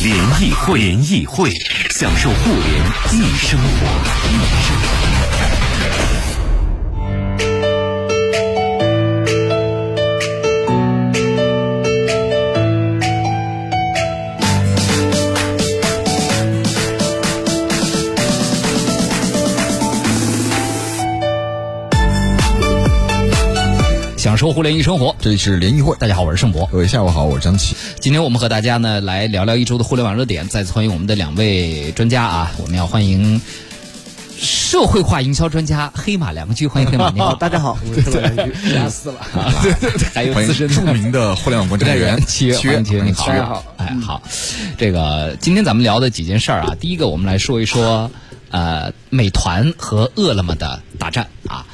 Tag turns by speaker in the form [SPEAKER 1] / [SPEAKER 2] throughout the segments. [SPEAKER 1] 联谊会，联谊会，享受互联易生活。
[SPEAKER 2] 享受互联易生活，
[SPEAKER 3] 这里是联谊会，
[SPEAKER 2] 大家好，我是盛博。
[SPEAKER 3] 各位下午好，我是张琪。
[SPEAKER 2] 今天我们和大家呢来聊聊一周的互联网热点，再次欢迎我们的两位专家啊，我们要欢迎社会化营销专家黑马良驹，欢迎黑马，你好，
[SPEAKER 4] 大家好，我是特 良局，压死了。
[SPEAKER 2] 还有
[SPEAKER 3] 欢
[SPEAKER 2] 资深
[SPEAKER 3] 迎
[SPEAKER 2] 的
[SPEAKER 3] 著名的互联网观察员 嗯
[SPEAKER 2] 七月，
[SPEAKER 3] 七
[SPEAKER 2] 欢迎七月，你好，
[SPEAKER 4] 大家好，
[SPEAKER 2] 哎，好，这个今天咱们聊的几件事儿啊，第一个我们来说一说，呃，美团和饿了么的大战啊，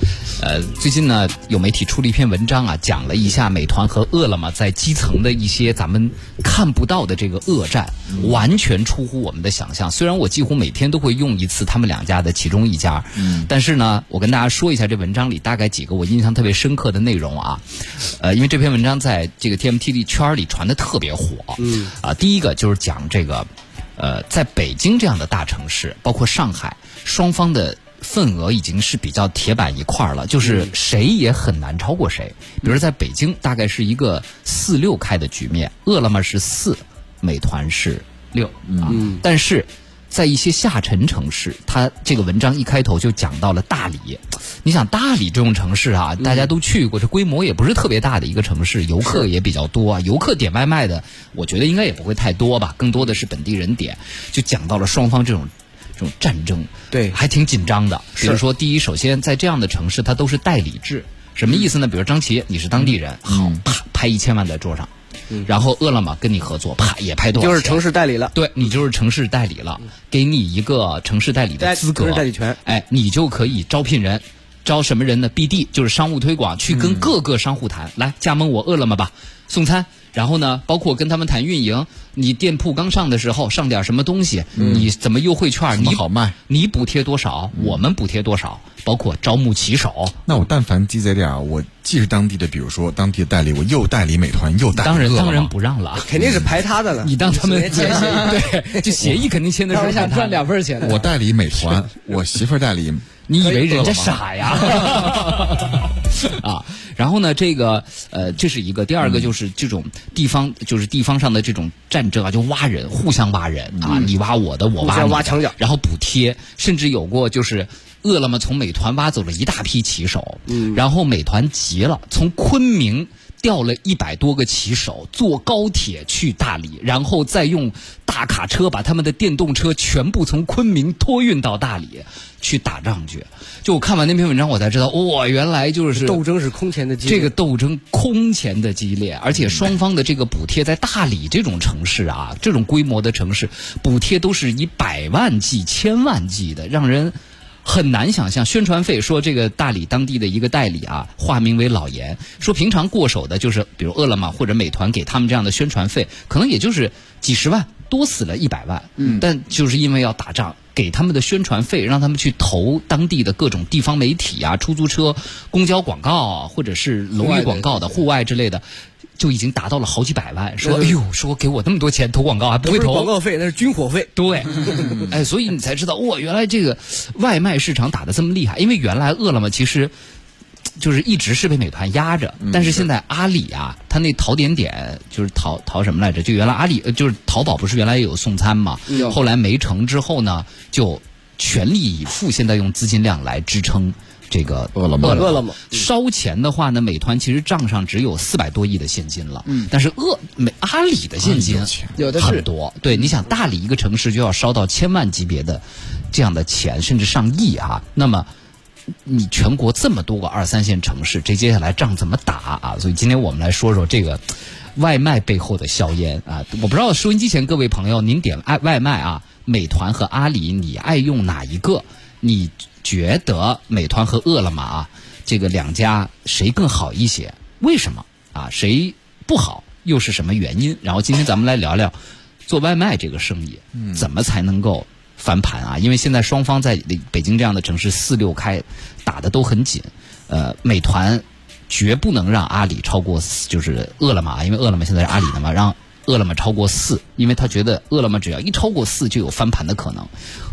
[SPEAKER 2] 呃，最近呢有媒体出了一篇文章啊，讲了一下美团和饿了么在基层的一些咱们看不到的这个恶战，完全出乎我们的想象。虽然我几乎每天都会用一次他们两家的其中一家，但是呢，我跟大家说一下这文章里大概几个我印象特别深刻的内容啊，呃，因为这篇文章在这个 TMTD 圈里传的特别火。嗯。啊，第一个就是讲这个，呃，在北京这样的大城市，包括上海，双方的份额已经是比较铁板一块儿了，就是谁也很难超过谁。比如在北京，大概是一个四六开的局面，饿了么是四，美团是六啊，但是。在一些下沉城市，它这个文章一开头就讲到了大理。你想大理这种城市啊，
[SPEAKER 4] 嗯
[SPEAKER 2] 大家都去过，这规模也不是特别大的一个城市，游客也比较多
[SPEAKER 4] 嗯
[SPEAKER 2] 啊。游客点外卖的，我觉得应该也不会太多吧，更多的是本地人点。就讲到了双方这种这种战争，
[SPEAKER 4] 对
[SPEAKER 2] 还挺紧张的。比如说，第一，首先在这样的城市，它都是代理制，什么意
[SPEAKER 4] 嗯
[SPEAKER 2] 思呢？比如张琪，你是当地人，好，啪拍一千万在桌上，然后饿了么跟你合作，啪也拍多少
[SPEAKER 4] 嗯就是
[SPEAKER 2] 钱
[SPEAKER 4] 城市代理了，
[SPEAKER 2] 对你就是城市代理了，给你一个城市代理的资格，
[SPEAKER 4] 代城市代理权
[SPEAKER 2] 哎，你就可以招聘人。招什么人呢？BD 就是商务推广，去跟各个商户谈，来加盟我饿了么吧，送餐。然后呢，包括跟他们谈运营，你店铺刚上的时候上点什么东西，你怎么优惠券，你
[SPEAKER 3] 么好卖，
[SPEAKER 2] 你补贴多少，我们补贴多少，包括招募骑手，
[SPEAKER 3] 那我但凡鸡贼点儿，我既是当地的，比如说当地的代理，我又代理美团，又代理
[SPEAKER 2] 当然
[SPEAKER 3] 饿了
[SPEAKER 2] 当
[SPEAKER 3] 么
[SPEAKER 2] 然不让了。
[SPEAKER 4] 肯定是排他的呢。
[SPEAKER 2] 你当他们 对，就协议肯定签的时候想赚两份钱
[SPEAKER 3] 我代理美 团，我媳妇儿代理，
[SPEAKER 2] 你以为人家傻 呀？啊，然后呢，这个呃，这是一个，第二
[SPEAKER 4] 嗯
[SPEAKER 2] 个就是这种地方，就是地方上的这种战争啊，就挖人，互相挖人啊，你挖我的，我挖
[SPEAKER 4] 嗯
[SPEAKER 2] 你的
[SPEAKER 4] 互相挖墙角
[SPEAKER 2] 然后补贴，甚至有过就是饿了么从美团挖走了一大批骑手，
[SPEAKER 4] 嗯
[SPEAKER 2] 然后美团急了，从昆明。调了一百多个骑手，坐高铁去大理，然后再用大卡车把他们的电动车全部从昆明托运到大理去打仗去。就我看完那篇文章，我才知道，哇、原来就是
[SPEAKER 4] 斗争是空前的激烈，
[SPEAKER 2] 这个斗争空前的激烈，而且双方的这个补贴在大理这种城市啊，这种规模的城市，补贴都是以百万计、千万计的，让人很难想象。宣传费说这个大理当地的一个代理啊，化名为老严，说平常过手的就是比如饿了么或者美团给他们这样的宣传费，可能也就是几十万，多死了一百万。嗯，但就是因为要打仗。给他们的宣传费，让他们去投当地的各种地方媒体啊、出租车、公交广告啊，或者是楼宇广告的、户外之类的，就已经达到了好几百万。说，哎呦，说给我那么多钱投广告还不
[SPEAKER 4] 不
[SPEAKER 2] 会
[SPEAKER 4] 是
[SPEAKER 2] 投
[SPEAKER 4] 广告费，那是军火费。
[SPEAKER 2] 对， 哎，所以你才知道，哇，原来这个外卖市场打得这么厉害，因为原来饿了么其实。就是一直是被美团压着，但是现在阿里啊，它那淘点点就是淘淘什么来着？就原来阿里呃就是淘宝不是原来也有送餐嘛？后来没成之后呢，就全力以赴，现在用资金量来支撑这个
[SPEAKER 3] 饿了么
[SPEAKER 4] 饿了么
[SPEAKER 2] 烧钱的话呢，美团其实账上只有四百多亿的现金了，嗯，但是饿美阿里的现金
[SPEAKER 3] 阿里有钱
[SPEAKER 2] 有的很多。对，你想大理一个城市就要烧到千万级别的这样的钱，甚至上亿哈、那么。你全国这么多个二三线城市，这接下来仗怎么打啊？所以今天我们来说说这个外卖背后的硝烟啊！我不知道收音机前各位朋友，您点爱外卖啊，美团和阿里，你爱用哪一个？你觉得美团和饿了么啊，这个两家谁更好一些？为什么啊？谁不好？又是什么原因？然后今天咱们来聊聊做外卖这个生意，怎么才能够翻盘啊？因为现在双方在北京这样的城市四六开打的都很紧，呃，美团绝不能让阿里超过四，就是饿了么啊，因为饿了么现在是阿里的嘛，让饿了么超过四，因为他觉得饿了么只要一超过四就有翻盘的可能。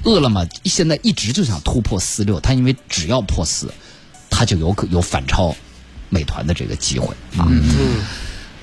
[SPEAKER 2] 饿了么现在一直就想突破四六，它因为只要破四，它就有可有反超美团的这个机会啊。
[SPEAKER 4] 嗯，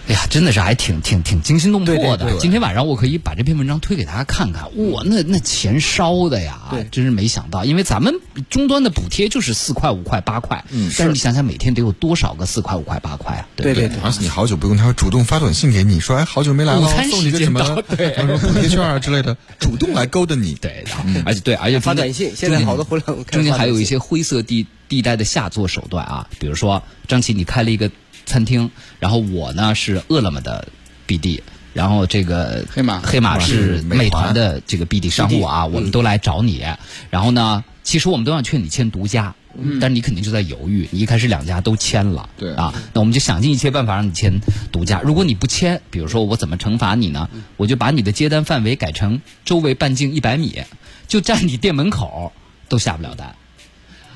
[SPEAKER 2] 哎呀，真的是还挺挺挺惊心动魄的。
[SPEAKER 4] 对对对嗯
[SPEAKER 2] 今天晚上我可以把这篇文章推给大家看看。哇，那那钱烧的呀
[SPEAKER 4] 对，
[SPEAKER 2] 真是没想到。因为咱们终端的补贴就是四块、五块、八块，嗯，但是你想想每天得有多少个四块、五块、八块啊？对不
[SPEAKER 4] 对对
[SPEAKER 3] 而且你好久不用，他会主动发短信给你说，哎，好久没来了，
[SPEAKER 2] 午餐
[SPEAKER 3] 送你个
[SPEAKER 2] 时间
[SPEAKER 3] 什么
[SPEAKER 2] 到对
[SPEAKER 3] 什么补贴券啊之 类的，主动来勾搭你。
[SPEAKER 2] 对的，而且对，而且
[SPEAKER 4] 嗯发
[SPEAKER 2] 中间
[SPEAKER 4] 短信，现在好多互联网
[SPEAKER 2] 中间还有一
[SPEAKER 4] 些
[SPEAKER 2] 些灰色地地带的下作手段啊，比如说张琪，你开了一个餐厅，然后我呢是饿了么的 BD，然后这个
[SPEAKER 5] 黑马
[SPEAKER 2] 黑马是
[SPEAKER 3] 是美
[SPEAKER 2] 美团的这个 BD 商户啊，我们都来找你，然后呢，其实我们都想劝你签独家。但是你肯定就在犹豫，你一开始两家都签了，
[SPEAKER 5] 对
[SPEAKER 2] 啊，那我们就想尽一切办法让你签独家。如果你不签，比如说我怎么惩罚你呢？我就把你的接单范围改成周围半径一百米，就站你店门口都下不了单。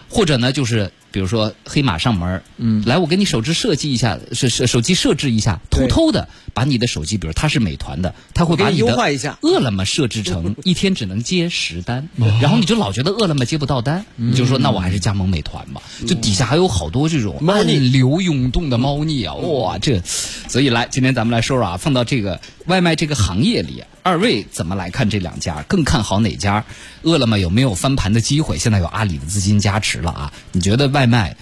[SPEAKER 2] 或者呢，就是比如说黑马上门，嗯，来，我给你手机设计一下，手手手机设置一下，偷
[SPEAKER 4] 对
[SPEAKER 2] 偷的把你的手机，比如它是美团的，它会把
[SPEAKER 4] 我给你
[SPEAKER 2] 的
[SPEAKER 4] 优化一下
[SPEAKER 2] 饿了么设置成一天只能接十单，
[SPEAKER 4] 哦
[SPEAKER 2] 然后你就老觉得饿了么接不到单，
[SPEAKER 4] 嗯
[SPEAKER 2] 你就说那我还是加盟美团吧，就底下还有好多这种
[SPEAKER 4] 猫腻嗯
[SPEAKER 2] 暗流涌动的猫腻啊，哇，这，所以来今天咱们来说说啊，放到这个外卖这个行业里，二位怎么来看这两家？更看好哪家？饿了么有没有翻盘的机会？现在有阿里的资金加持了啊，你觉得外卖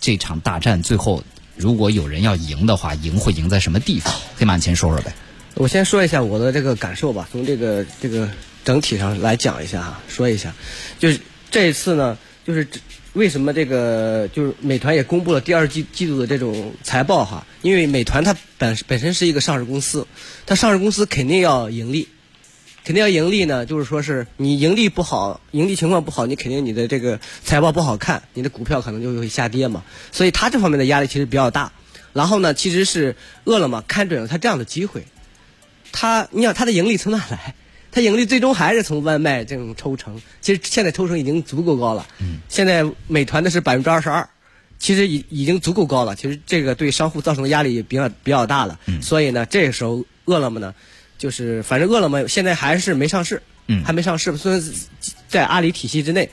[SPEAKER 2] 这场大战最后如果有人要赢的话，赢会赢在什么地
[SPEAKER 4] 哦
[SPEAKER 2] 方？黑马，你先说说呗。
[SPEAKER 4] 我先说一下我的这个感受吧，从这个这个整体上来讲一下哈，说一下，就是这一次呢，就是这为什么这个就是美团也公布了第二季季度的这种财报哈，因为美团它本本身是一个上市公司，它上市公司肯定要盈利，肯定要盈利呢，就是说是你盈利不好，盈利情况不好，你肯定你的这个财报不好看，你的股票可能就会下跌嘛。所以它这方面的压力其实比较大。然后呢，其实是饿了么看准了它这样的机会，它你想它的盈利从哪来？ 它盈利最终还是从外卖这种抽成。其实现在抽成已经足够高了，现在美团的是百分之二十二。其实已已经足够高了，其实这个对商户造成的压力也比较比较大了。所以呢，这个时候饿了么呢，就是反正饿了么现在还是没上市，
[SPEAKER 2] 嗯
[SPEAKER 4] 还没上市，虽然在阿里体系之内，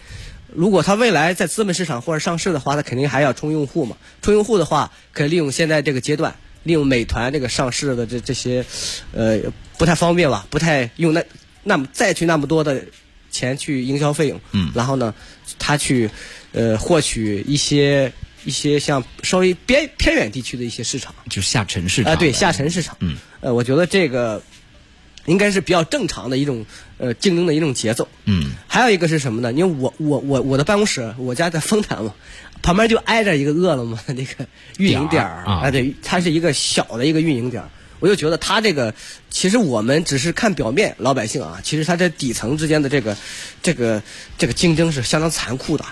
[SPEAKER 4] 如果它未来在资本市场或者上市的话，它肯定还要冲用户嘛。冲用户的话，可以利用现在这个阶段，利用美团这个上市的这这些，呃，不太方便吧，不太用那那么再去那么多的钱去营销费用，
[SPEAKER 2] 嗯
[SPEAKER 4] 然后呢，他去呃获取一些一些像稍微边偏远地区的一些市场。
[SPEAKER 2] 就是下沉市
[SPEAKER 4] 啊、
[SPEAKER 2] 场的。
[SPEAKER 4] 对下沉市场。
[SPEAKER 2] 嗯，
[SPEAKER 4] 呃，我觉得这个应该是比较正常的一种呃竞争的一种节奏。
[SPEAKER 2] 嗯，
[SPEAKER 4] 还有一个是什么呢？因为我我我我的办公室，我家在丰潭嘛，旁边就挨着一个饿了么的那个运营
[SPEAKER 2] 点
[SPEAKER 4] 点
[SPEAKER 2] 儿
[SPEAKER 4] 儿
[SPEAKER 2] 啊
[SPEAKER 4] 对，它是一个小的一个运营点儿。我就觉得它这个，其实我们只是看表面，老百姓啊，其实它这底层之间的这个，这个这个竞争是相当残酷的。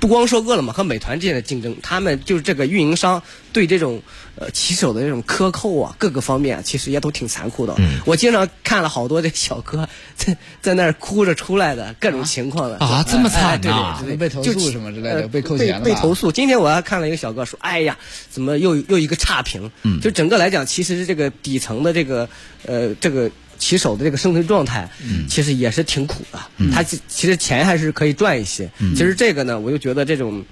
[SPEAKER 4] 不光说饿了么和美团之间的竞争，他们就是这个运营商对这种呃骑手的这种克扣啊，各个方面、啊、其实也都挺残酷的。
[SPEAKER 2] 嗯
[SPEAKER 4] 我经常看了好多这小哥 在在那儿哭着出来的各种情况的
[SPEAKER 2] 啊，这么惨呐、
[SPEAKER 4] 哎对对对
[SPEAKER 5] 被投
[SPEAKER 4] 就
[SPEAKER 5] 诉什么之类
[SPEAKER 4] 呃
[SPEAKER 5] 的，被扣钱了吧，
[SPEAKER 4] 被被投诉。今天我还看了一个小哥说，哎呀，怎么又又一个差评？嗯，就整个来讲，其实这个底层的这个呃这个骑手的这个生存状态，嗯，其实也是挺苦的。嗯，他其其实钱还是可以赚一些。嗯，其实这个呢，我就觉得这种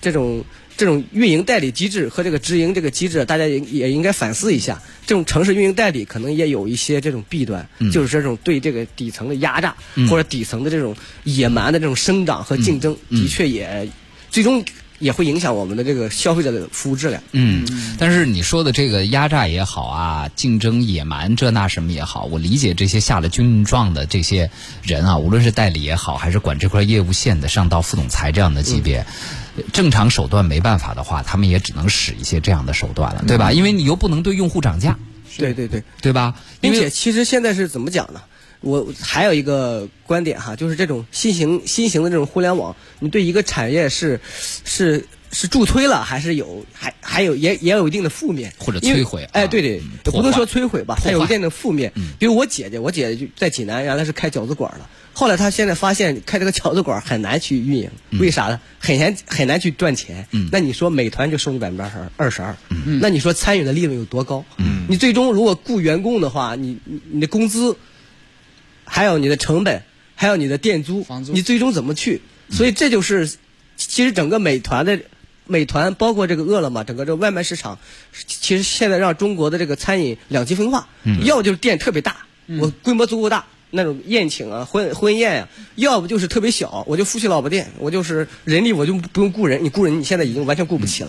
[SPEAKER 4] 这种。这种运营代理机制和这个直营这个机制，大家也也应该反思一下。这种城市运营代理可能也有一些这种弊端，就是这种对这个底层的压榨、或者底层的这种野蛮的这种生长和竞争，的确也最终也会影响我们的这个消费者的服务质量。
[SPEAKER 2] 嗯，但是你说的这个压榨也好啊，竞争野蛮这那什么也好，我理解这些下了军令状的这些人啊，无论是代理也好，还是管这块业务线的，上到副总裁这样的级别，
[SPEAKER 4] 嗯
[SPEAKER 2] 正常手段没办法的话，他们也只能使一些这样的手段了，对吧？
[SPEAKER 4] 嗯
[SPEAKER 2] 因为你又不能对用户涨价，
[SPEAKER 4] 对对对，
[SPEAKER 2] 对吧？因
[SPEAKER 4] 并
[SPEAKER 2] 为
[SPEAKER 4] 且其实现在是怎么讲呢？我还有一个观点哈，就是这种新型新型的这种互联网，你对一个产业是是是助推了，还是有还还有也也有一定的负面
[SPEAKER 2] 或者
[SPEAKER 4] 因为
[SPEAKER 2] 摧毁啊
[SPEAKER 4] 哎，对对
[SPEAKER 2] 嗯，
[SPEAKER 4] 也
[SPEAKER 2] 破
[SPEAKER 4] 不能
[SPEAKER 2] 坏
[SPEAKER 4] 说摧毁吧，
[SPEAKER 2] 破
[SPEAKER 4] 它有
[SPEAKER 2] 坏嗯
[SPEAKER 4] 一定的负面。比如我姐姐，我姐姐就在济南原来是开饺子馆的，后来她现在发现开这个饺子馆很难去运营，
[SPEAKER 2] 嗯
[SPEAKER 4] 为啥呢？很难很难去赚钱。那你说美团就收你百分之二十二，二十二，
[SPEAKER 2] 嗯
[SPEAKER 4] 那你说餐饮的利润有多高？你最终如果雇员工的话，你你你的工资。还有你的成本，还有你的店租，
[SPEAKER 5] 房租
[SPEAKER 4] 你最终怎么去？所以这就是，其实整个美团的美团，包括这个饿了么，整个这个外卖市场，其实现在让中国的这个餐饮两极分化，
[SPEAKER 3] 嗯
[SPEAKER 4] 要不就是店特别大，
[SPEAKER 5] 嗯
[SPEAKER 4] 我规模足够大。那种宴请啊、婚婚宴啊，要不就是特别小，我就夫妻老婆店，我就是人力我就不用雇人，你雇人你现在已经完全雇不起了，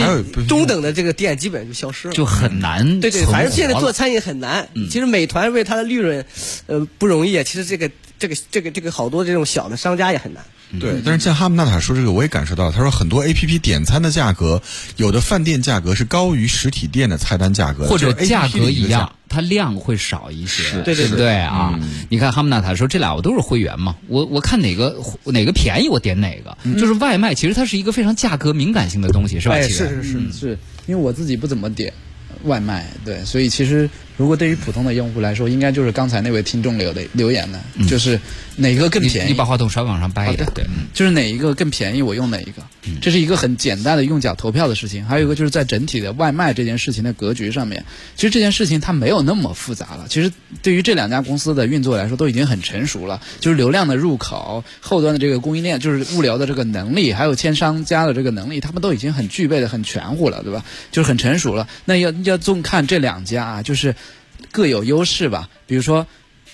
[SPEAKER 3] 嗯还有一部
[SPEAKER 4] 以
[SPEAKER 3] 分
[SPEAKER 4] 中等的这个店基本就消失了。
[SPEAKER 2] 就很难
[SPEAKER 4] 嗯对对，
[SPEAKER 2] 存
[SPEAKER 4] 反正现在
[SPEAKER 2] 活
[SPEAKER 4] 做
[SPEAKER 2] 了嗯
[SPEAKER 4] 餐饮很难。其实美团为它的利润，呃，不容易啊。其实这个这个这个这个好多这种小的商家也很难。
[SPEAKER 3] 对，但是像哈姆纳塔说这个，我也感受到，他说很多 A P P 点餐的价格，有的饭店价格是高于实体店的菜单价格的，
[SPEAKER 2] 或者
[SPEAKER 3] 就是 APP
[SPEAKER 2] 价格
[SPEAKER 3] 的一
[SPEAKER 2] 一
[SPEAKER 3] 个价
[SPEAKER 2] 样，，它量会少一些，
[SPEAKER 4] 对对
[SPEAKER 2] 不对啊？你看哈姆纳塔说这俩我都是会员嘛，我我看哪个哪个便宜我点哪个，就是外卖其实它是一个非常价格敏感性的东西，是吧？
[SPEAKER 4] 哎
[SPEAKER 2] 其实
[SPEAKER 4] 是是
[SPEAKER 5] 嗯，是因为我自己不怎么点外卖，对，所以其实如果对于普通的用户来说，应该就是刚才那位听众留的留言的，就是哪个更
[SPEAKER 2] 你
[SPEAKER 5] 便
[SPEAKER 2] 嗯你
[SPEAKER 5] 宜
[SPEAKER 2] 把。话筒稍微往上掰一点
[SPEAKER 5] 好，的
[SPEAKER 2] 对，嗯
[SPEAKER 5] 就是哪一个更便宜，我用哪一个，这是一个很简单的用脚投票的事情。还有一个就是在整体的外卖这件事情的格局上面，其实这件事情它没有那么复杂了。其实对于这两家公司的运作来说，都已经很成熟了。就是流量的入口、后端的这个供应链，就是物流的这个能力，还有签商家的这个能力，他们都已经很具备的很全乎了，对吧？就是很成熟了。那要要纵看这两家啊，就是各有优势吧。比如说。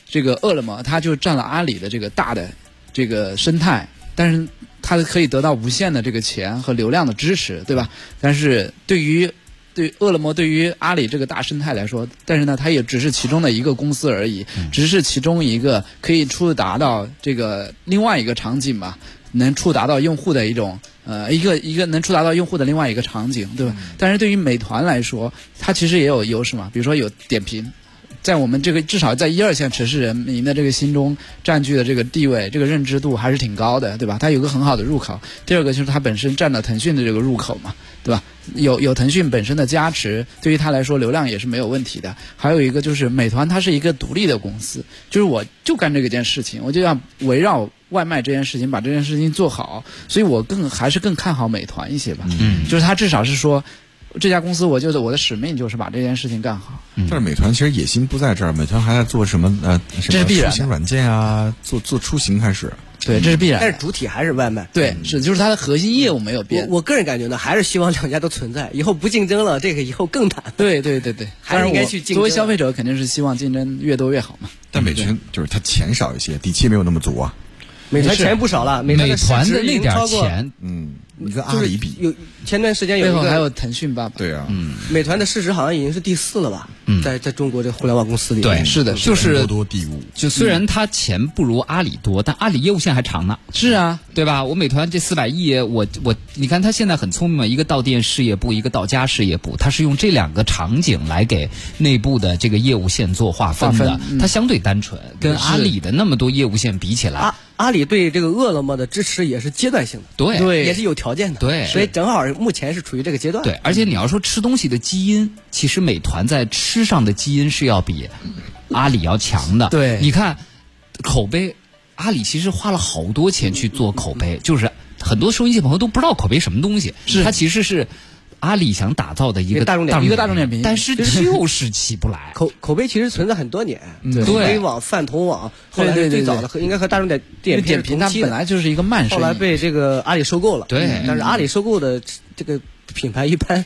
[SPEAKER 5] 这个饿了么，它就占了阿里的这个大的这个生态，但是它可以得到无限的这个钱和流量的支持，对吧？但是对于对饿了么对于阿里这个大生态来说，但是呢，它也只是其中的一个公司而已，只是其中一个可以触达到这个另外一个场景吧，能触达到用户的一种呃一个一个能触达到用户的另外一个场景，对吧？但是对于美团来说，它其实也有优势嘛，比如说有点评，在我们这个至少在一二线城市人民的这个心中占据的这个地位、这个认知度还是挺高的，对吧？它有个很好的入口。第二个就是它本身占了腾讯的这个入口嘛，对吧？有有腾讯本身的加持，对于它来说流量也是没有问题的。还有一个就是美团，它是一个独立的公司，就是我就干这个件事情，我就要围绕外卖这件事情把这件事情做好，所以我更还是更看好美团一些吧。嗯，就是它至少是说。这家公司，我觉得我的使命就是把这件事情干好。
[SPEAKER 3] 但是美团其实野心不在这儿，美团还在做什么呃什么
[SPEAKER 5] 这是必然
[SPEAKER 3] 出
[SPEAKER 5] 的
[SPEAKER 3] 行软件啊，做做出行开始。
[SPEAKER 5] 对，这是
[SPEAKER 2] 哎
[SPEAKER 5] 必然的。
[SPEAKER 4] 但是主体还是外卖。
[SPEAKER 5] 对，是就是它的核心业务没有
[SPEAKER 4] 我
[SPEAKER 5] 变。
[SPEAKER 4] 我个人感觉呢，还是希望两家都存在。 以后不竞争了，这个以后更难。
[SPEAKER 5] 对对对对，
[SPEAKER 4] 还是
[SPEAKER 5] 当然
[SPEAKER 4] 应该
[SPEAKER 5] 我
[SPEAKER 4] 去竞争啊
[SPEAKER 5] 作为消费者，肯定是希望竞争越多越好嘛。
[SPEAKER 3] 但美团就是它钱少一些，底气没有那么足啊。
[SPEAKER 4] 美团钱不少了，美团
[SPEAKER 2] 美
[SPEAKER 4] 的
[SPEAKER 2] 团的
[SPEAKER 4] 市值已
[SPEAKER 2] 那
[SPEAKER 4] 经
[SPEAKER 2] 点
[SPEAKER 4] 超
[SPEAKER 2] 儿
[SPEAKER 4] 过，
[SPEAKER 2] 钱，
[SPEAKER 3] 嗯，你跟阿
[SPEAKER 4] 就是
[SPEAKER 3] 里比，
[SPEAKER 4] 有前段时间有
[SPEAKER 5] 背
[SPEAKER 4] 一
[SPEAKER 5] 后还
[SPEAKER 4] 个
[SPEAKER 5] 有腾讯爸爸。
[SPEAKER 3] 对啊，
[SPEAKER 4] 美团的市值好像已经是第四了吧，在在中国这互联网公司里。
[SPEAKER 2] 嗯对，
[SPEAKER 5] 是的是
[SPEAKER 2] 就
[SPEAKER 3] 拼
[SPEAKER 2] 是
[SPEAKER 3] 多多第五，
[SPEAKER 2] 就虽然它钱不如阿里多，但阿里业务线还长呢。
[SPEAKER 5] 是啊，
[SPEAKER 2] 对吧？我美团这四百亿，我我你看他现在很聪明嘛，一个到店事业部，一个到家事业部，他是用这两个场景来给内部的这个业务线做划分的
[SPEAKER 5] 划分，嗯
[SPEAKER 2] 它相对单纯，跟阿里的那么多业务线比起
[SPEAKER 5] 啊
[SPEAKER 2] 来，
[SPEAKER 4] 阿阿里对这个饿了么的支持也是阶段性的，
[SPEAKER 2] 对
[SPEAKER 4] 也是有条件的，
[SPEAKER 2] 对
[SPEAKER 4] 所以正好目前是处于这个阶 段。
[SPEAKER 2] 对，而且你要说吃东西的基因，其实美团在吃上的基因是要比阿里要强的。
[SPEAKER 5] 对
[SPEAKER 2] 你看口碑，阿里其实花了好多钱去做口碑，就是很多收音机朋友都不知道口碑什么东西，
[SPEAKER 5] 是
[SPEAKER 2] 它其实是阿里想打造的一
[SPEAKER 4] 一
[SPEAKER 2] 个
[SPEAKER 4] 个大众点
[SPEAKER 5] 一个大众点评
[SPEAKER 2] 但是就是起不来。
[SPEAKER 4] 口口碑其实存在很多年，
[SPEAKER 5] 嗯对
[SPEAKER 4] 口碑网、饭桶网，后
[SPEAKER 5] 对
[SPEAKER 4] 来
[SPEAKER 5] 对
[SPEAKER 4] 是
[SPEAKER 5] 对
[SPEAKER 4] 最
[SPEAKER 5] 对
[SPEAKER 4] 早的，和应该和大众点
[SPEAKER 5] 因
[SPEAKER 4] 点
[SPEAKER 5] 为
[SPEAKER 4] 评
[SPEAKER 5] 点
[SPEAKER 4] 是
[SPEAKER 5] 评
[SPEAKER 4] 同
[SPEAKER 5] 它
[SPEAKER 4] 期的
[SPEAKER 5] 本来就是一个慢生
[SPEAKER 4] 后
[SPEAKER 5] 意。
[SPEAKER 4] 来被这个阿里收购了，嗯
[SPEAKER 2] 对
[SPEAKER 4] 但是阿里收购的这个品牌一 般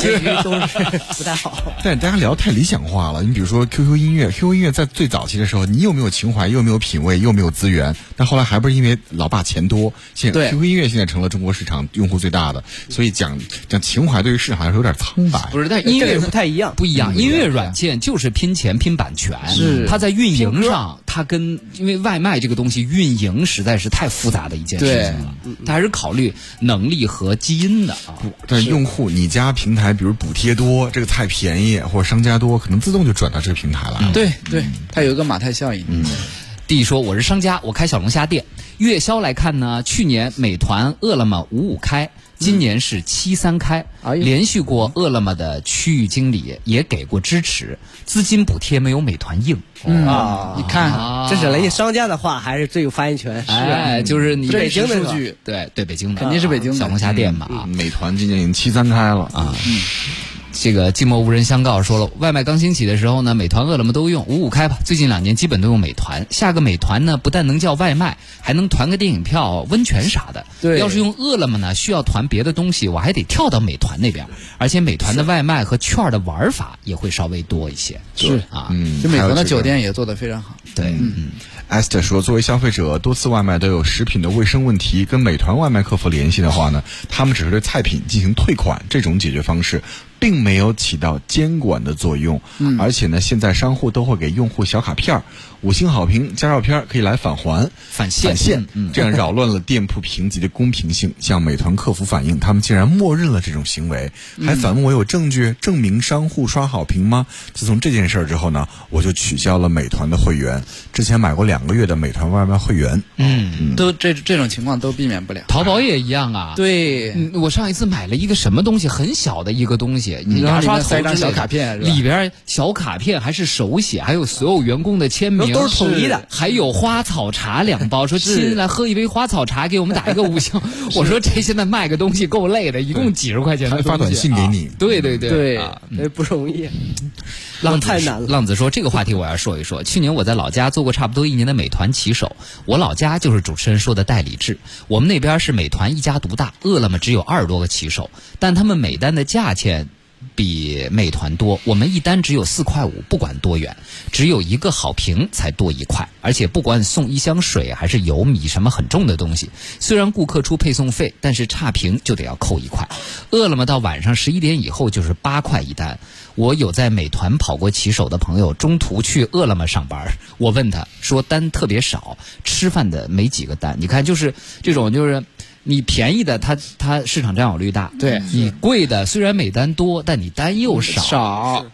[SPEAKER 4] 结局都是不太好。
[SPEAKER 3] 但是大家聊太理想化了。你比如说 QQ 音乐，QQ 音乐在最早期的时候，你又没有情怀，又没有品味，又没有资源，但后来还不是因为老爸钱多，现在
[SPEAKER 5] 对
[SPEAKER 3] QQ 音乐现在成了中国市场用户最大的，所以讲讲情怀对于市场来说有点苍白。
[SPEAKER 2] 不是，但音
[SPEAKER 4] 这
[SPEAKER 2] 乐
[SPEAKER 4] 个不太一样
[SPEAKER 2] 不一样。音乐软件就是拼钱、拼版权，
[SPEAKER 5] 嗯是
[SPEAKER 2] 它在运营上，它跟因为外卖这个东西运营实在是太复杂的一件事情了，它还是考虑能力和基因的。啊
[SPEAKER 5] 嗯
[SPEAKER 3] 补但用户你家平台比如补贴多，这个菜便宜或者商家多，可能自动就转到这个平台来了。
[SPEAKER 5] 对对，它有一个马太效应。嗯，
[SPEAKER 2] 弟说我是商家，我开小龙虾店。月销来看呢，去年美团、饿了么五五开，今年是七三开，
[SPEAKER 5] 哎呦
[SPEAKER 2] 连续过饿了么的区域经理，也给过支持，资金补贴没有美团硬。
[SPEAKER 5] 嗯
[SPEAKER 2] 哦
[SPEAKER 4] 啊
[SPEAKER 5] 你看，
[SPEAKER 4] 这
[SPEAKER 5] 啊
[SPEAKER 4] 是人家商家的话，还是最有发言权。
[SPEAKER 2] 哎，就是你
[SPEAKER 5] 这
[SPEAKER 4] 北京的
[SPEAKER 5] 数
[SPEAKER 4] 吧
[SPEAKER 5] 据，
[SPEAKER 2] 对对，北京的
[SPEAKER 5] 肯定是北京的嗯
[SPEAKER 2] 小龙虾店嘛啊。
[SPEAKER 3] 嗯美团今年已经七三开了啊，
[SPEAKER 2] 这个寂寞无人相告说了，外卖刚兴起的时候呢，美团、饿了么都用，五五开吧。最近两年基本都用美团。下个美团呢，不但能叫外卖，还能团个电影票、温泉啥的。
[SPEAKER 5] 对
[SPEAKER 2] 要是用饿了么呢，需要团别的东西，我还得跳到美团那边。而且美团的外卖和券儿的玩法也会稍微多一些。
[SPEAKER 5] 是
[SPEAKER 2] 啊，
[SPEAKER 3] 嗯，
[SPEAKER 5] 就美
[SPEAKER 3] 还有
[SPEAKER 5] 团的
[SPEAKER 3] 这个
[SPEAKER 5] 酒。店也做得非常好。
[SPEAKER 2] 对，
[SPEAKER 3] 嗯，Esther 说，作为消费者，多次外卖都有食品的卫生问题，跟美团外卖客服联系的话呢，他们只是对菜品进行退款，这种解决方式并没有起到监管的作用。
[SPEAKER 5] 嗯
[SPEAKER 3] 而且呢，现在商户都会给用户小卡片儿，五星好评加照片儿可以来返还。
[SPEAKER 2] 返现嗯
[SPEAKER 3] 返现，嗯这样扰乱了店铺评级的公平性。向美团客服反映，他们竟然默认了这种行为，还反问我有证据证明商户刷好评吗？自从这件事儿之后呢，我就取消了美团的会员，之前买过两个月的美团外卖会员。
[SPEAKER 2] 嗯，
[SPEAKER 5] 都这这种情况都避免不了。
[SPEAKER 2] 淘宝也一样啊。。
[SPEAKER 5] 对，
[SPEAKER 2] 嗯，我上一次买了一个什么东西，很小的一个东西，牙刷头
[SPEAKER 5] 塞张
[SPEAKER 2] 之类
[SPEAKER 5] 小
[SPEAKER 2] 的
[SPEAKER 5] 卡片是吧
[SPEAKER 2] 里边小卡片还是手写，还有所有员工的签名，
[SPEAKER 4] 都是统一的
[SPEAKER 2] 还有花草茶两包，说亲来喝一杯花草茶，给我们打一个五星。我说这现在卖个东西够累的，一共几十块钱的
[SPEAKER 3] 还发
[SPEAKER 2] 东西
[SPEAKER 3] 短信
[SPEAKER 2] 啊
[SPEAKER 3] 给你
[SPEAKER 2] 对对对
[SPEAKER 5] 对
[SPEAKER 2] 啊
[SPEAKER 4] 哎，不容易，
[SPEAKER 5] 嗯
[SPEAKER 2] 浪子
[SPEAKER 4] 太难了。
[SPEAKER 2] 浪子说：“这个话题我要说一说。去年我在老家做过差不多一年的美团骑手，我老家就是主持人说的代理制。我们那边是美团一家独大，饿了么只有二十多个骑手，但他们每单的价钱比美团多，我们一单只有四块五，不管多远，只有一个好评才多一块，而且不管送一箱水还是油米什么很重的东西，虽然顾客出配送费，但是差评就得要扣一块。饿了么到晚上十一点以后就是八块一单。我有在美团跑过骑手的朋友，中途去饿了么上班，我问他说单特别少，吃饭的没几个单。你看，就是这种就是。你便宜的它，它市场占有率大；
[SPEAKER 5] 对
[SPEAKER 2] 你贵的，虽然每单多，但你单又少。
[SPEAKER 5] 少，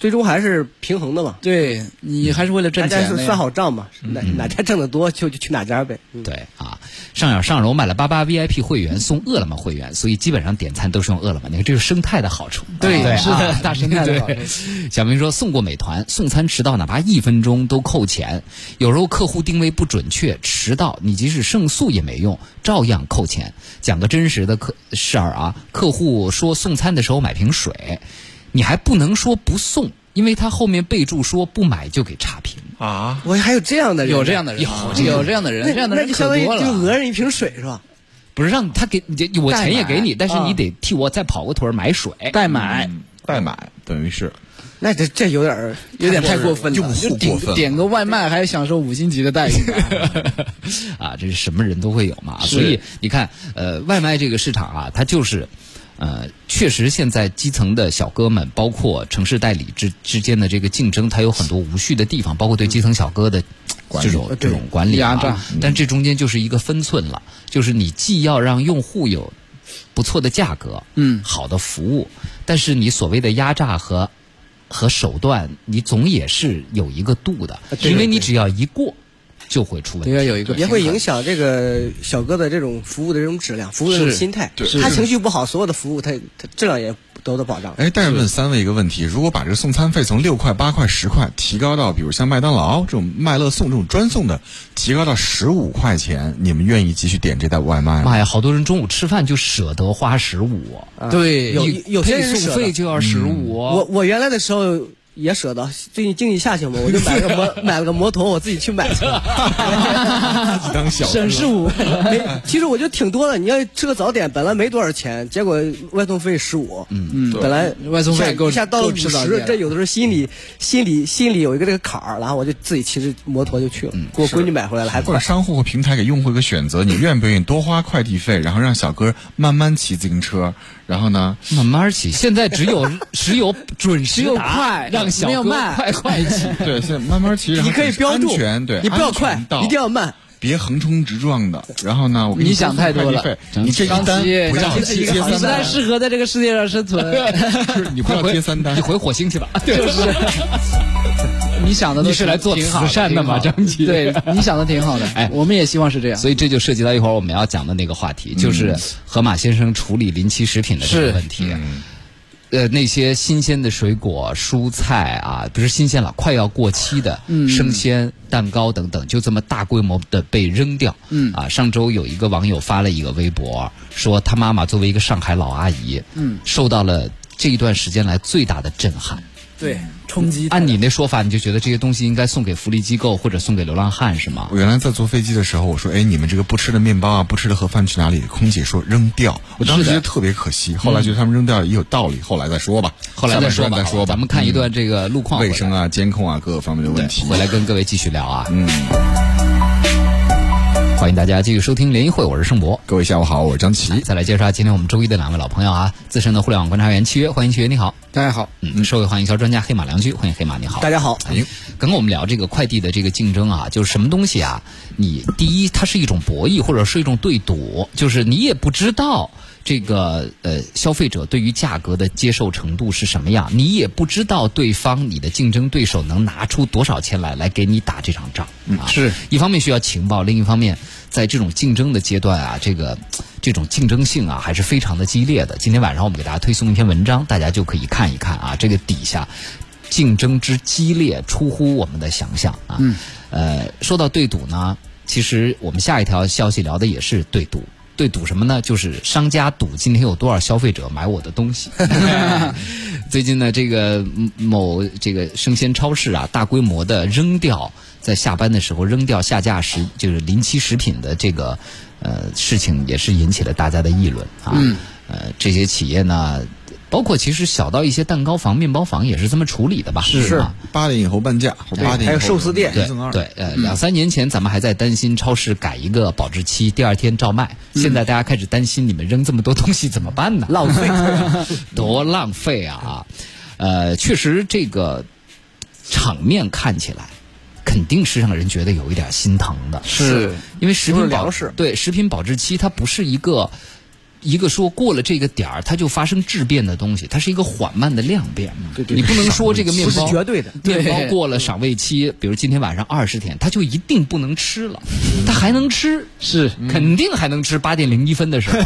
[SPEAKER 4] 最终还是平衡的嘛，
[SPEAKER 5] 对你还是为了
[SPEAKER 4] 大
[SPEAKER 5] 挣
[SPEAKER 4] 家
[SPEAKER 5] 钱
[SPEAKER 4] 算
[SPEAKER 5] 的呀嗯
[SPEAKER 4] 算好账嘛，哪哪家挣得多就就去哪家呗。嗯
[SPEAKER 2] 对啊，上小上楼买了八八 VIP 会员送饿了么会员，所以基本上点餐都是用饿了么。你看，这是生态的好处。
[SPEAKER 5] 对
[SPEAKER 2] 啊对
[SPEAKER 5] 是的
[SPEAKER 2] 啊、大生态的好处。小明说送过美团，送餐迟到哪怕一分钟都扣钱，有时候客户定位不准确，迟到你即使胜诉也没用，照样扣钱。讲个真实的客事儿啊，客户说送餐的时候买瓶水，你还不能说不送，因为他后面备注说不买就给差评。
[SPEAKER 3] 啊，
[SPEAKER 4] 嗯我还有这样的人，
[SPEAKER 5] 有这样的人，有这样的人，
[SPEAKER 4] 那
[SPEAKER 5] 这样的人
[SPEAKER 4] 那就相
[SPEAKER 5] 可
[SPEAKER 4] 当于
[SPEAKER 5] 多
[SPEAKER 4] 就
[SPEAKER 5] 了。
[SPEAKER 4] 讹人一瓶水是吧？
[SPEAKER 2] 不是让他给你，我
[SPEAKER 5] 代
[SPEAKER 2] 钱也
[SPEAKER 5] 买
[SPEAKER 2] 给你，但是
[SPEAKER 4] 啊
[SPEAKER 2] 你得替我再跑个腿儿买水。嗯
[SPEAKER 5] 代
[SPEAKER 4] 嗯
[SPEAKER 5] 买
[SPEAKER 3] 嗯代买等于是
[SPEAKER 4] 那这这有点儿
[SPEAKER 5] 有点太过分了，
[SPEAKER 3] 用户
[SPEAKER 5] 就顶
[SPEAKER 3] 过分了
[SPEAKER 5] 点个外卖还享受五星级 的待遇，
[SPEAKER 2] 啊，这是什么人都会有嘛。所以你看，呃，外卖这个市场啊，它就是。呃，确实，现在基层的小哥们，包括城市代理之之间的这个竞争，它有很多无序的地方，包括对基层小哥的
[SPEAKER 3] 管理
[SPEAKER 2] 这种这种管理、啊、
[SPEAKER 5] 压榨。
[SPEAKER 2] 但这中间就是一个分寸了，就是你既要让用户有不错的价格，
[SPEAKER 5] 嗯
[SPEAKER 2] 好的服务，但是你所谓的压榨和和手段，你总也是有一个度的，
[SPEAKER 4] 对
[SPEAKER 2] 因为你只要一过，就会出问
[SPEAKER 5] 都
[SPEAKER 2] 题。
[SPEAKER 5] 要有一个
[SPEAKER 4] 也会影
[SPEAKER 5] 响。
[SPEAKER 4] 响这个小哥的这种服务的这种质量，服务的这种
[SPEAKER 5] 是
[SPEAKER 4] 心态
[SPEAKER 3] 对。
[SPEAKER 4] 他
[SPEAKER 3] 是
[SPEAKER 4] 情绪不好，所有的服务他他质量也都得保障。
[SPEAKER 3] 哎，但是问三位一个问题：如果把这个送餐费从六块、八块、十块提高到，比如像麦当劳这种麦乐送这种专送的，提高到十五块钱，你们愿意继续点这袋外卖吗？
[SPEAKER 2] 妈呀，好多人中午吃饭就舍得花十五，
[SPEAKER 5] 对，
[SPEAKER 4] 有
[SPEAKER 2] 你
[SPEAKER 4] 有些
[SPEAKER 2] 配
[SPEAKER 4] 人舍
[SPEAKER 2] 送
[SPEAKER 4] 得
[SPEAKER 2] 费就要十五。
[SPEAKER 4] 我
[SPEAKER 5] 嗯
[SPEAKER 4] 我原来的时候也舍得，最近经济下行嘛，我就买了个 摩买了个摩托，我自己去买去了。
[SPEAKER 3] 当小
[SPEAKER 5] 省事五，
[SPEAKER 4] 没，其实我觉得挺多的。你要吃个早点，本来没多少钱，结果外送费十五，嗯本来
[SPEAKER 5] 外送
[SPEAKER 4] 一
[SPEAKER 5] 费
[SPEAKER 4] 下
[SPEAKER 5] 够
[SPEAKER 4] 一下到了
[SPEAKER 5] 够
[SPEAKER 4] 五
[SPEAKER 5] 吃早点
[SPEAKER 4] 十
[SPEAKER 5] 了，
[SPEAKER 4] 这有的时候心里心里心里有一个这个坎儿，然后我就自己骑着摩托就去了，给我闺女买回来了，还
[SPEAKER 3] 嗯或者
[SPEAKER 4] 快。
[SPEAKER 3] 商户和平台给用户一个选择，你愿不愿意多花快递费，然后让小哥慢慢骑自行车，然后呢，
[SPEAKER 2] 慢慢骑，现在只 有只有准时
[SPEAKER 5] 只有
[SPEAKER 2] 达
[SPEAKER 5] 快
[SPEAKER 2] 让小
[SPEAKER 5] 没有
[SPEAKER 2] 哥
[SPEAKER 5] 慢
[SPEAKER 2] 快快骑。
[SPEAKER 3] 对，现在慢慢骑，然后
[SPEAKER 4] 你可以标注
[SPEAKER 3] 安全，对，
[SPEAKER 4] 你不要
[SPEAKER 3] 安
[SPEAKER 4] 快
[SPEAKER 3] 全到，
[SPEAKER 4] 一定要慢。
[SPEAKER 3] 别横冲直撞的。然后呢，我给
[SPEAKER 5] 你
[SPEAKER 3] 你
[SPEAKER 5] 想太多
[SPEAKER 3] 多付
[SPEAKER 5] 了
[SPEAKER 3] 快递费你这一单
[SPEAKER 5] 张琪，
[SPEAKER 3] 不要
[SPEAKER 5] 张琪
[SPEAKER 3] 贴
[SPEAKER 5] 你不
[SPEAKER 3] 三
[SPEAKER 5] 太
[SPEAKER 3] 单，
[SPEAKER 5] 适合在这个世界上生存。
[SPEAKER 3] 就是你不要
[SPEAKER 2] 快回
[SPEAKER 3] 贴三单
[SPEAKER 2] 你。回火星去吧。
[SPEAKER 5] 就是你想的都
[SPEAKER 2] 你是来做
[SPEAKER 5] 挺好的
[SPEAKER 2] 慈善的吗
[SPEAKER 5] 挺好
[SPEAKER 2] 张琪
[SPEAKER 5] 对，你想的挺好 的。
[SPEAKER 2] 哎
[SPEAKER 5] 我们也希望是这样。
[SPEAKER 2] 所以这就涉及到一会儿我们要讲的那个话题，
[SPEAKER 5] 嗯
[SPEAKER 2] 就是河马先生处理临期食品的这个
[SPEAKER 5] 是嗯
[SPEAKER 2] 问题。呃，那些新鲜的水果、蔬菜啊，不是新鲜了，快要过期的、
[SPEAKER 5] 嗯
[SPEAKER 2] 生鲜蛋糕等等，就这么大规模的被扔掉。
[SPEAKER 5] 嗯
[SPEAKER 2] 啊，上周有一个网友发了一个微博，说他妈妈作为一个上海老阿姨，
[SPEAKER 5] 嗯，
[SPEAKER 2] 受到了这一段时间来最大的震撼。
[SPEAKER 6] 对
[SPEAKER 3] 嗯
[SPEAKER 6] 冲击
[SPEAKER 2] 按你那说法，你就觉得这些东西应该送给福利机构或者送给流浪汉是吗？
[SPEAKER 3] 我原来在坐飞机的时候，我说：“哎，你们这个不吃的面包啊，不吃的盒饭去哪里？”空姐说扔掉，我当时觉得特别可惜。后来觉得他们扔掉也有道理，后来再说吧，
[SPEAKER 2] 后来再说
[SPEAKER 3] 下半
[SPEAKER 2] 吧，
[SPEAKER 3] 段再说吧。
[SPEAKER 2] 咱们看一段这个路况回
[SPEAKER 3] 卫
[SPEAKER 2] 来。
[SPEAKER 3] 生啊、监控啊各个方面的问题。
[SPEAKER 2] 回来跟各位继续聊啊。嗯，欢迎大家继续收听联谊会，我是盛博。
[SPEAKER 3] 各位下午好，我是张琪。
[SPEAKER 2] 再来介绍今天我们周一的两位老朋友啊，资深的互联网观察员契约，欢迎契约，你好。
[SPEAKER 5] 大家好，
[SPEAKER 2] 嗯，社会化营销专家黑马良驹，欢迎黑马，你好。
[SPEAKER 4] 大家好，
[SPEAKER 2] 刚刚我们聊这个快递的这个竞争啊，就是什么东西啊？你第一，它是一种博弈，或者是一种对赌，就是你也不知道这个呃消费者对于价格的接受程度是什么样，你也不知道对方你的竞争对手能拿出多少钱来来给你打这场仗啊。
[SPEAKER 5] 是
[SPEAKER 2] 一方面需要情报，另一方面在这种竞争的阶段啊，这个这种竞争性啊还是非常的激烈的。今天晚上我们给大家推送一篇文章，大家就可以看一看啊，这个底下竞争之激烈出乎我们的想象啊。嗯，呃，说到对赌呢，其实我们下一条消息聊的也是对赌。对赌什么呢？就是商家赌今天有多少消费者买我的东西。最近呢，这个嗯某这个生鲜超市啊，大规模的扔掉在下班的时候扔掉下架时就是临期食品的这个呃事情，也是引起了大家的议论啊。
[SPEAKER 5] 嗯
[SPEAKER 2] 呃，这些企业呢，包括其实小到一些蛋糕房、面包房也是这么处理的吧？
[SPEAKER 3] 是
[SPEAKER 2] 啊
[SPEAKER 3] 八点以后半价，或八点以后
[SPEAKER 4] 还有寿司店
[SPEAKER 3] 一
[SPEAKER 2] 对
[SPEAKER 3] 赠二。
[SPEAKER 2] 对，呃，两三年前咱们还在担心超市改一个保质期，第二天照卖。现在大家开始担心你们扔这么多东西怎么办呢？浪 费，多浪费啊！呃，确实这个场面看起来。肯定是让人觉得有一点心疼的，
[SPEAKER 5] 是
[SPEAKER 2] 因为食
[SPEAKER 4] 都
[SPEAKER 2] 品
[SPEAKER 4] 是
[SPEAKER 2] 保
[SPEAKER 4] 粮食
[SPEAKER 2] 对食品保质期，它不是一个一个说过了这个点儿它就发生质变的东西，它是一个缓慢的量变嘛。
[SPEAKER 4] 对对
[SPEAKER 2] 你不能说这个面
[SPEAKER 4] 不是
[SPEAKER 2] 包
[SPEAKER 4] 绝对的。
[SPEAKER 2] 面包
[SPEAKER 5] 对
[SPEAKER 2] 过了赏味期，比如今天晚上二十天，它就一定不能吃了，它还能吃，
[SPEAKER 5] 是
[SPEAKER 2] 肯定还能吃八点零一分的时候，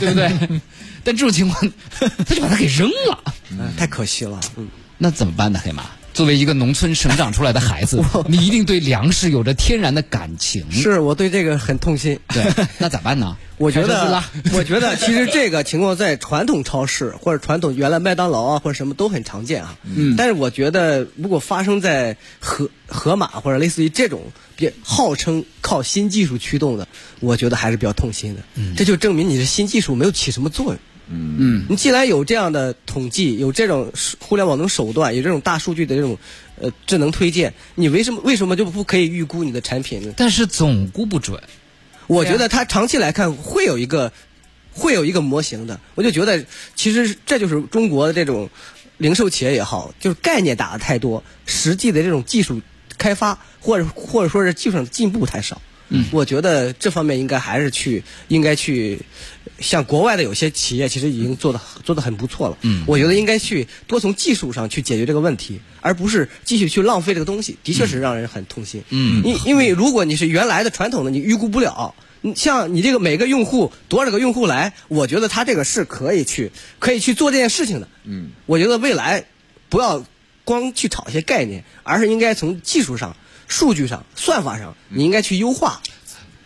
[SPEAKER 2] 对不对？ 但这种情况， 他就把它给扔了，
[SPEAKER 4] 嗯太可惜了，嗯，
[SPEAKER 2] 那怎么办呢？黑马，作为一个农村成长出来的孩子，你一定对粮食有着天然的感
[SPEAKER 3] 嗯
[SPEAKER 2] 情，
[SPEAKER 4] 是我对这个很痛心。
[SPEAKER 2] 对，那咋办呢？
[SPEAKER 4] 我觉
[SPEAKER 2] 开车自
[SPEAKER 4] 得啊
[SPEAKER 2] 拉，
[SPEAKER 4] 我觉得其实这个情况在传统超市或者传统原来麦当劳啊或者什么都很常见啊。嗯，但是我觉得如果发生在盒盒马或者类似于这种别号称靠新技术驱动的，我觉得还是比较痛心的。嗯，这就证明你的新技术没有起什么作用。
[SPEAKER 5] 嗯，
[SPEAKER 4] 你既然有这样的统计，有这种互联网的手段，有这种大数据的这种呃智能推荐，你为什么为什么就不可以预估你的产品呢？
[SPEAKER 2] 但是总估不准，
[SPEAKER 4] 我觉得它长期来看会有一个会有一个模型的。我就觉得，其实这就是中国的这种零售企业也好，就是概念打的太多，实际的这种技术开发或者或者说是技术上的进步太少。嗯，我觉得这方面应该还是去应该去。呃像国外的有些企业其实已经做的做的很不错了，嗯，我觉得应该去多从技术上去解决这个问题，而不是继续去浪费这个东西，的确是让人很痛心，嗯，因因为如果你是原来的传统的，你预估不了，你像你这个每个用户多少个用户来，我觉得他这个是可以去可以去做这件事情的。嗯，我觉得未来不要光去炒一些概念，而是应该从技术上、数据上、算法上，你应该去优化。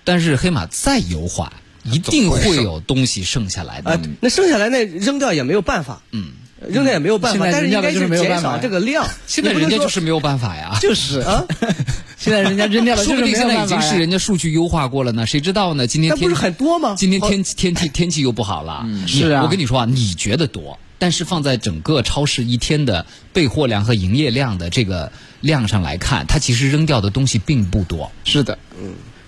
[SPEAKER 2] 但是黑马再优化，一定会有东西剩下来
[SPEAKER 4] 啊
[SPEAKER 5] 哎
[SPEAKER 2] 的。，
[SPEAKER 4] 那剩下来那扔掉也没有办法。嗯，扔掉也没有办法，
[SPEAKER 5] 现在
[SPEAKER 4] 但是
[SPEAKER 5] 扔掉
[SPEAKER 4] 应该
[SPEAKER 5] 的就是没有
[SPEAKER 4] 减
[SPEAKER 5] 办
[SPEAKER 4] 少
[SPEAKER 5] 法
[SPEAKER 4] 这个量。
[SPEAKER 2] 现在
[SPEAKER 4] 你不
[SPEAKER 2] 人
[SPEAKER 4] 能
[SPEAKER 2] 家就
[SPEAKER 4] 说
[SPEAKER 2] 是没有办法呀，
[SPEAKER 5] 就是
[SPEAKER 4] 啊，
[SPEAKER 5] 现在人家扔掉了，
[SPEAKER 2] 说
[SPEAKER 5] 就
[SPEAKER 2] 不
[SPEAKER 5] 是没
[SPEAKER 2] 定
[SPEAKER 5] 有
[SPEAKER 2] 现在已
[SPEAKER 5] 办法
[SPEAKER 2] 经是
[SPEAKER 5] 呀
[SPEAKER 2] 人家数据优化过了呢，谁知道呢？今天
[SPEAKER 4] 那不
[SPEAKER 2] 天
[SPEAKER 4] 是很多吗？哦
[SPEAKER 2] 今天
[SPEAKER 4] 好
[SPEAKER 2] 天气天气天气又不好了，你
[SPEAKER 5] 是啊
[SPEAKER 2] 我跟你说啊，你觉得多，但是放在整个超市一天的备货量和营业量的这个量上来看，它其实扔掉的东西并不多。
[SPEAKER 5] 是的，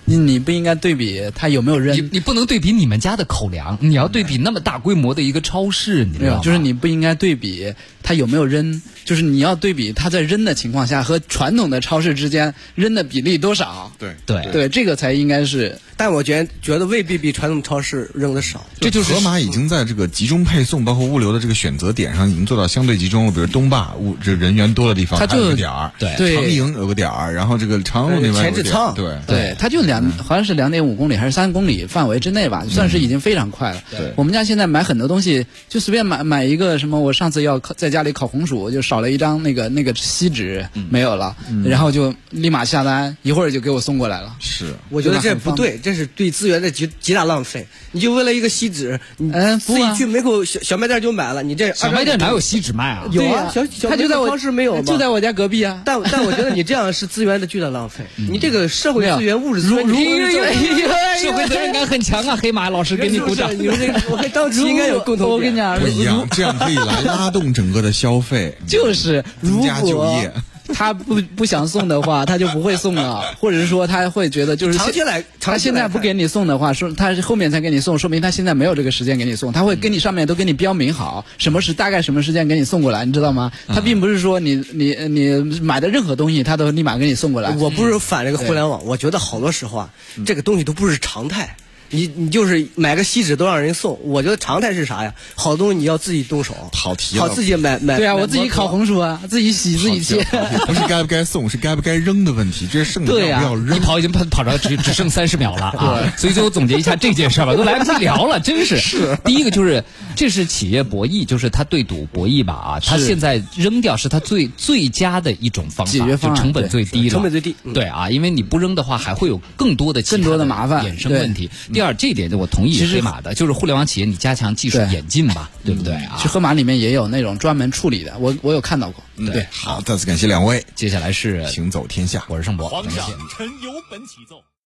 [SPEAKER 5] 你你不应该对比它有没有
[SPEAKER 2] 你
[SPEAKER 5] 扔，
[SPEAKER 2] 你不能对比你们家的口粮，你要对比那么大规模的一个超市，你知
[SPEAKER 5] 没
[SPEAKER 2] 道
[SPEAKER 5] 有
[SPEAKER 2] 吗？，
[SPEAKER 5] 就是你不应该对比它有没有扔，就是你要对比它在扔的情况下和传统的超市之间扔的比例多少。
[SPEAKER 3] 对
[SPEAKER 2] 对
[SPEAKER 5] 对，这个才应该是
[SPEAKER 4] 但我觉得觉得未必比传统超市扔的少。
[SPEAKER 2] 这就是
[SPEAKER 3] 盒马已经在这个集中配送，包括物流的这个选择点上，已经做到相对集中了。比如东坝物这人员多的地方，
[SPEAKER 5] 它就
[SPEAKER 3] 还有个点儿，
[SPEAKER 2] 对
[SPEAKER 5] 对
[SPEAKER 3] 长营有个点儿，然后这个长安路那边有个
[SPEAKER 4] 前置
[SPEAKER 3] 点儿
[SPEAKER 4] 仓
[SPEAKER 3] 对
[SPEAKER 5] 对，它就两，好像是两点五公里还是三公里范围之内吧，算是已经非常快了。
[SPEAKER 3] 对
[SPEAKER 5] 我们家现在买很多东西，就随便买买一个什么，我上次要烤在家里烤红薯，就少了一张那个那个锡纸，没有了，然后就立马下单，一会儿就给我送过来了。
[SPEAKER 3] 是
[SPEAKER 4] 我觉得
[SPEAKER 5] 对吧
[SPEAKER 4] 这不对，这是对资源的极极大浪费。你就为了一个锡纸，你
[SPEAKER 5] 嗯
[SPEAKER 4] 自
[SPEAKER 5] 不啊
[SPEAKER 4] 己去门口小小卖店就买了，你这
[SPEAKER 2] 小卖店哪有锡纸卖啊？
[SPEAKER 4] 有
[SPEAKER 5] 对
[SPEAKER 4] 啊
[SPEAKER 5] 呀，
[SPEAKER 4] 小小
[SPEAKER 5] 他就在我
[SPEAKER 4] 超市没有吗
[SPEAKER 5] 就在我家隔壁啊。
[SPEAKER 4] 但但我觉得你这样是资源的巨大浪费，你这个社会资源、物质资源，
[SPEAKER 5] 如
[SPEAKER 4] 你
[SPEAKER 5] 如
[SPEAKER 4] 不能这么
[SPEAKER 5] 哎
[SPEAKER 2] 社会责任感很强啊，黑马老师给你鼓掌。
[SPEAKER 4] 你
[SPEAKER 5] 啊
[SPEAKER 4] 们这个，我还当时应该有共同点
[SPEAKER 5] 我跟
[SPEAKER 3] 不
[SPEAKER 5] 你讲，
[SPEAKER 3] 一
[SPEAKER 5] 如
[SPEAKER 3] 样，这样可以来拉动整个的消费。
[SPEAKER 5] 就是如
[SPEAKER 3] 增加就
[SPEAKER 5] 果
[SPEAKER 3] 业
[SPEAKER 5] 他不不想送 的话，他就不会送了，或者是说他会觉得就是
[SPEAKER 4] 长期
[SPEAKER 5] 现
[SPEAKER 4] 来
[SPEAKER 5] 他
[SPEAKER 4] 长期
[SPEAKER 5] 现
[SPEAKER 4] 来
[SPEAKER 5] 在不给你送的话，说他后面才给你送，说明他现在没有这个时间给你送，他会
[SPEAKER 4] 嗯
[SPEAKER 5] 跟你上面都给你标明好什么时大概什么时间给你送过来，你知道吗？
[SPEAKER 4] 嗯
[SPEAKER 5] 他并不是说你你你买的任何东西，他都立马给你送过来。嗯
[SPEAKER 4] 我不是反这个互联网，我觉得好多时候啊，这个东西都不是常态。你你就是买个锡纸都让人送，我觉得常态是啥呀？好东西你要自己动手，
[SPEAKER 3] 跑题了
[SPEAKER 4] 好自己买买。
[SPEAKER 5] 对啊，
[SPEAKER 4] 买
[SPEAKER 5] 我自己烤。红薯啊，自己洗自己切。
[SPEAKER 3] 不是该不该送，是该不该扔的问题。这是剩的
[SPEAKER 5] 对
[SPEAKER 3] 要
[SPEAKER 5] 呀
[SPEAKER 3] 不要
[SPEAKER 2] 一
[SPEAKER 3] 扔？
[SPEAKER 2] 跑已经跑跑到只只剩三十秒了啊！所以最后总结一下这件事儿吧，都来不及聊了，真是。是第一个就是这是企业博弈，就是他对赌博弈吧啊，他现在扔掉是他最最佳的一种方法，
[SPEAKER 5] 解决方案
[SPEAKER 2] 就成本最低了，
[SPEAKER 4] 成本最低嗯
[SPEAKER 2] 对啊，因为你不扔的话，还会有更多的其他
[SPEAKER 5] 更多的麻烦嗯
[SPEAKER 2] 衍生问题。第二，这一点我同意
[SPEAKER 5] 其实
[SPEAKER 2] 黑马的，就是互联网企业你加强技术
[SPEAKER 5] 对嗯
[SPEAKER 2] 演进吧，对不对啊
[SPEAKER 5] 其实？盒马里面也有那种专门处理的，我我有看到过。
[SPEAKER 3] 嗯对，好，再次感谢两位，
[SPEAKER 2] 接下来是
[SPEAKER 3] 行走天下。
[SPEAKER 2] 我是盛博，
[SPEAKER 1] 皇
[SPEAKER 2] 感谢
[SPEAKER 1] 上，臣有本启奏。